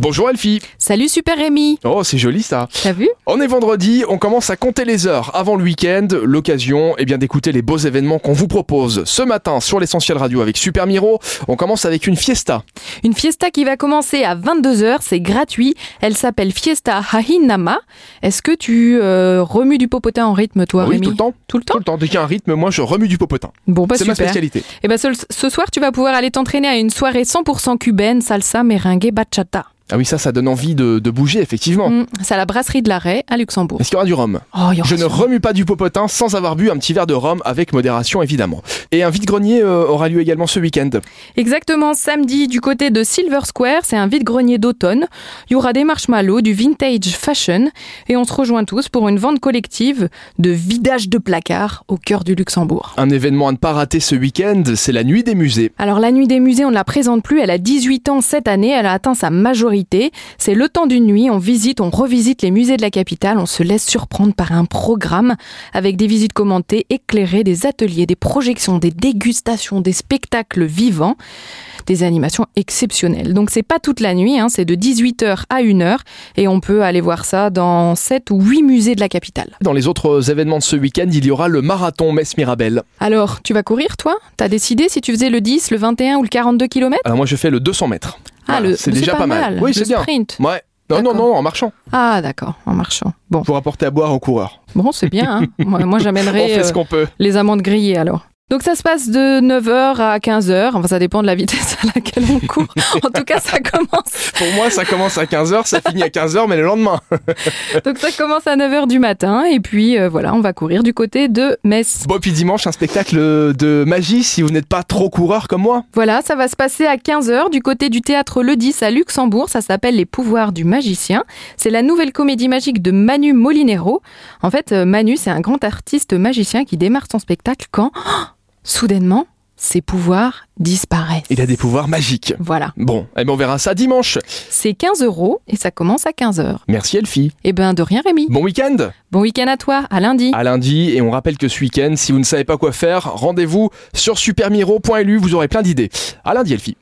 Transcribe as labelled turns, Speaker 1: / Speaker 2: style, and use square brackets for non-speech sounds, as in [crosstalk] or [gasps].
Speaker 1: Bonjour Elfie
Speaker 2: Salut Super Rémi
Speaker 1: Oh c'est joli ça
Speaker 2: T'as vu
Speaker 1: On est vendredi, on commence à compter les heures avant le week-end, l'occasion eh bien d'écouter les beaux événements qu'on vous propose ce matin sur l'essentiel radio avec Super Miro. On commence avec une fiesta.
Speaker 2: Une fiesta qui va commencer à 22h, c'est gratuit. Elle s'appelle Fiesta Hahinama. Est-ce que tu euh, remues du popotin en rythme toi
Speaker 1: Ah oui,
Speaker 2: Rémi
Speaker 1: tout le temps,
Speaker 2: Tout le temps
Speaker 1: tout le temps. Dès qu'il y a un rythme, moi je remue du popotin.
Speaker 2: Bon bah
Speaker 1: c'est ma
Speaker 2: super.
Speaker 1: spécialité.
Speaker 2: Et ben ce, ce soir tu vas pouvoir aller t'entraîner à une soirée 100% cubaine, salsa, merengue, bachata.
Speaker 1: Ah oui, ça, ça donne envie de, de bouger effectivement.
Speaker 2: Mm, c'est à la brasserie de l'Arrêt à Luxembourg.
Speaker 1: Est-ce qu'il y aura du rhum
Speaker 2: Oh, il y aura
Speaker 1: Je ne
Speaker 2: sûrement-
Speaker 1: remue pas du popotin sans avoir bu un petit verre de rhum avec modération évidemment. Et un vide-grenier euh, aura lieu également ce week-end.
Speaker 2: Exactement, samedi, du côté de Silver Square, c'est un vide-grenier d'automne. Il y aura des marshmallows, du vintage fashion, et on se rejoint tous pour une vente collective de vidage de placards au cœur du Luxembourg.
Speaker 1: Un événement à ne pas rater ce week-end, c'est la nuit des musées.
Speaker 2: Alors la nuit des musées, on ne la présente plus, elle a 18 ans cette année, elle a atteint sa majorité. C'est le temps d'une nuit, on visite, on revisite les musées de la capitale, on se laisse surprendre par un programme avec des visites commentées, éclairées, des ateliers, des projections, des dégustations, des spectacles vivants, des animations exceptionnelles. Donc c'est pas toute la nuit, hein, c'est de 18h à 1h et on peut aller voir ça dans 7 ou 8 musées de la capitale.
Speaker 1: Dans les autres euh, événements de ce week-end, il y aura le marathon Metz Mirabel.
Speaker 2: Alors, tu vas courir toi T'as décidé si tu faisais le 10, le 21 ou le 42 km
Speaker 1: Alors moi je fais Ah, le 200 mètres. Voilà, c'est déjà pas mal. Oui,
Speaker 2: Le
Speaker 1: c'est bien.
Speaker 2: sprint.
Speaker 1: Ouais. Non, non,
Speaker 2: D'accord.
Speaker 1: non, en marchant.
Speaker 2: Ah d'accord, en marchant. Bon,
Speaker 1: Pour apporter à boire aux coureurs.
Speaker 2: bon
Speaker 1: [laughs]
Speaker 2: c'est bien. hein. moi, moi,
Speaker 1: On
Speaker 2: j'amènerai
Speaker 1: fait
Speaker 2: euh,
Speaker 1: ce qu'on peut.
Speaker 2: les amandes grillées alors. Donc ça se passe de 9h à 15h, enfin ça dépend de la vitesse à laquelle on court. En tout cas, ça commence.
Speaker 1: Pour moi, ça commence à 15h, ça finit à 15h, mais le lendemain.
Speaker 2: Donc ça commence à 9h du matin et puis euh, voilà, on va courir du côté de Metz.
Speaker 1: Bon, puis dimanche, un spectacle de magie si vous n'êtes pas trop coureur comme moi.
Speaker 2: Voilà, ça va se passer à 15h du côté du théâtre Le 10 à Luxembourg. Ça s'appelle Les pouvoirs du magicien. C'est la nouvelle comédie magique de Manu Molinero. En fait, euh, Manu, c'est un grand artiste magicien qui démarre son spectacle quand, [gasps] oh, soudainement, ses pouvoirs disparaissent.
Speaker 1: Il a des pouvoirs magiques.
Speaker 2: Voilà,
Speaker 1: Bon, eh ben on verra ça dimanche.
Speaker 2: c'est 15 euros et ça commence à 15h.
Speaker 1: Merci Elfie.
Speaker 2: Eh ben, de rien, Rémi.
Speaker 1: Bon week-end
Speaker 2: Bon week-end à toi, à lundi.
Speaker 1: à lundi et on rappelle que ce week-end, si vous ne savez pas quoi faire, rendez-vous sur supermiro.lu, vous aurez plein d'idées. À lundi Elfie.